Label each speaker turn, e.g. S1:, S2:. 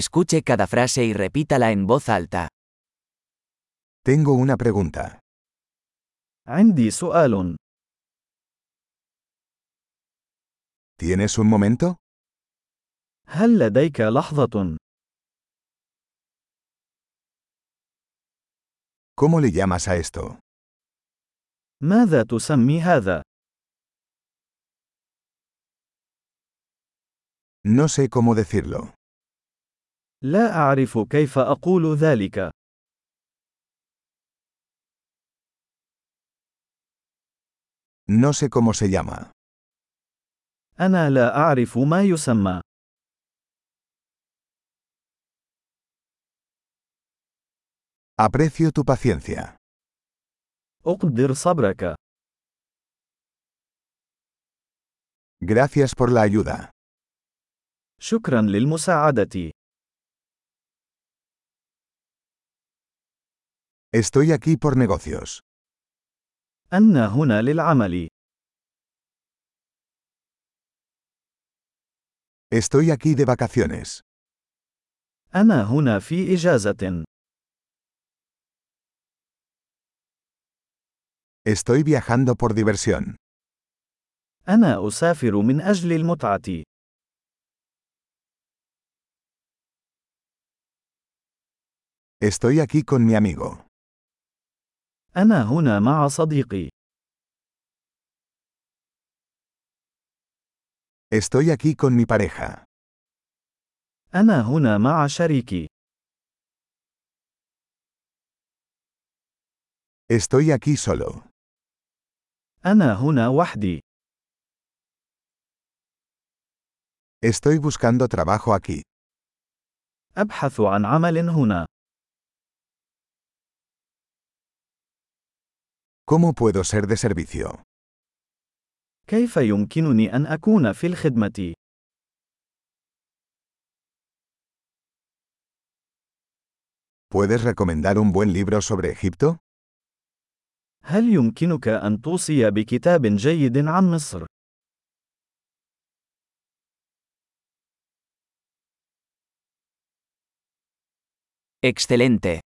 S1: Escuche cada frase y repítala en voz alta.
S2: Tengo una pregunta.
S3: عندي سؤال.
S2: ¿Tienes un momento?
S3: هل لديك لحظة؟
S2: ¿Cómo le llamas a esto?
S3: ماذا تسمي هذا؟
S2: No sé cómo decirlo.
S3: لا أعرف كيف أقول ذلك.
S2: No sé cómo se llama.
S3: أنا لا أعرف ما يسمى.
S2: Aprecio tu paciencia.
S3: أقدر صبرك.
S2: Gracias por la ayuda.
S3: شكرا للمساعدة.
S2: Estoy aquí por negocios.
S3: أنا هنا للعمل.
S2: Estoy aquí de vacaciones.
S3: أنا هنا في إجازة.
S2: Estoy viajando por diversión.
S3: أنا أسافر من أجل المتعة.
S2: Estoy aquí con mi amigo.
S3: أنا هنا مع صديقي.
S2: Estoy aquí con mi pareja.
S3: أنا هنا مع شريكي.
S2: Estoy aquí solo.
S3: أنا هنا وحدي.
S2: Estoy buscando trabajo aquí.
S3: أبحث عن عمل هنا.
S2: ¿Cómo puedo ser de servicio?
S3: كيف يمكنني أن أكون في الخدمة؟
S2: ¿Puedes recomendar un buen libro sobre Egipto?
S3: هل يمكنك أن توصي بكتاب جيد عن مصر؟
S1: Excelente.